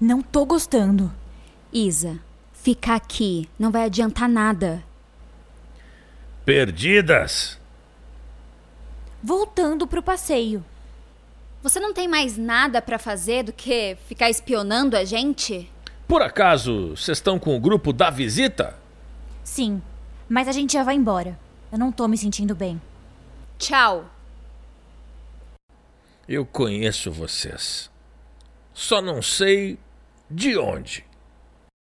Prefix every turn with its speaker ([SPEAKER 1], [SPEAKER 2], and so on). [SPEAKER 1] Não tô gostando.
[SPEAKER 2] Isa, ficar aqui não vai adiantar nada.
[SPEAKER 3] Perdidas!
[SPEAKER 1] Voltando pro passeio.
[SPEAKER 2] Você não tem mais nada pra fazer do que ficar espionando a gente?
[SPEAKER 3] Por acaso, vocês estão com o grupo da visita?
[SPEAKER 1] Sim, mas a gente já vai embora. Eu não tô me sentindo bem.
[SPEAKER 2] Tchau.
[SPEAKER 3] Eu conheço vocês. Só não sei de onde.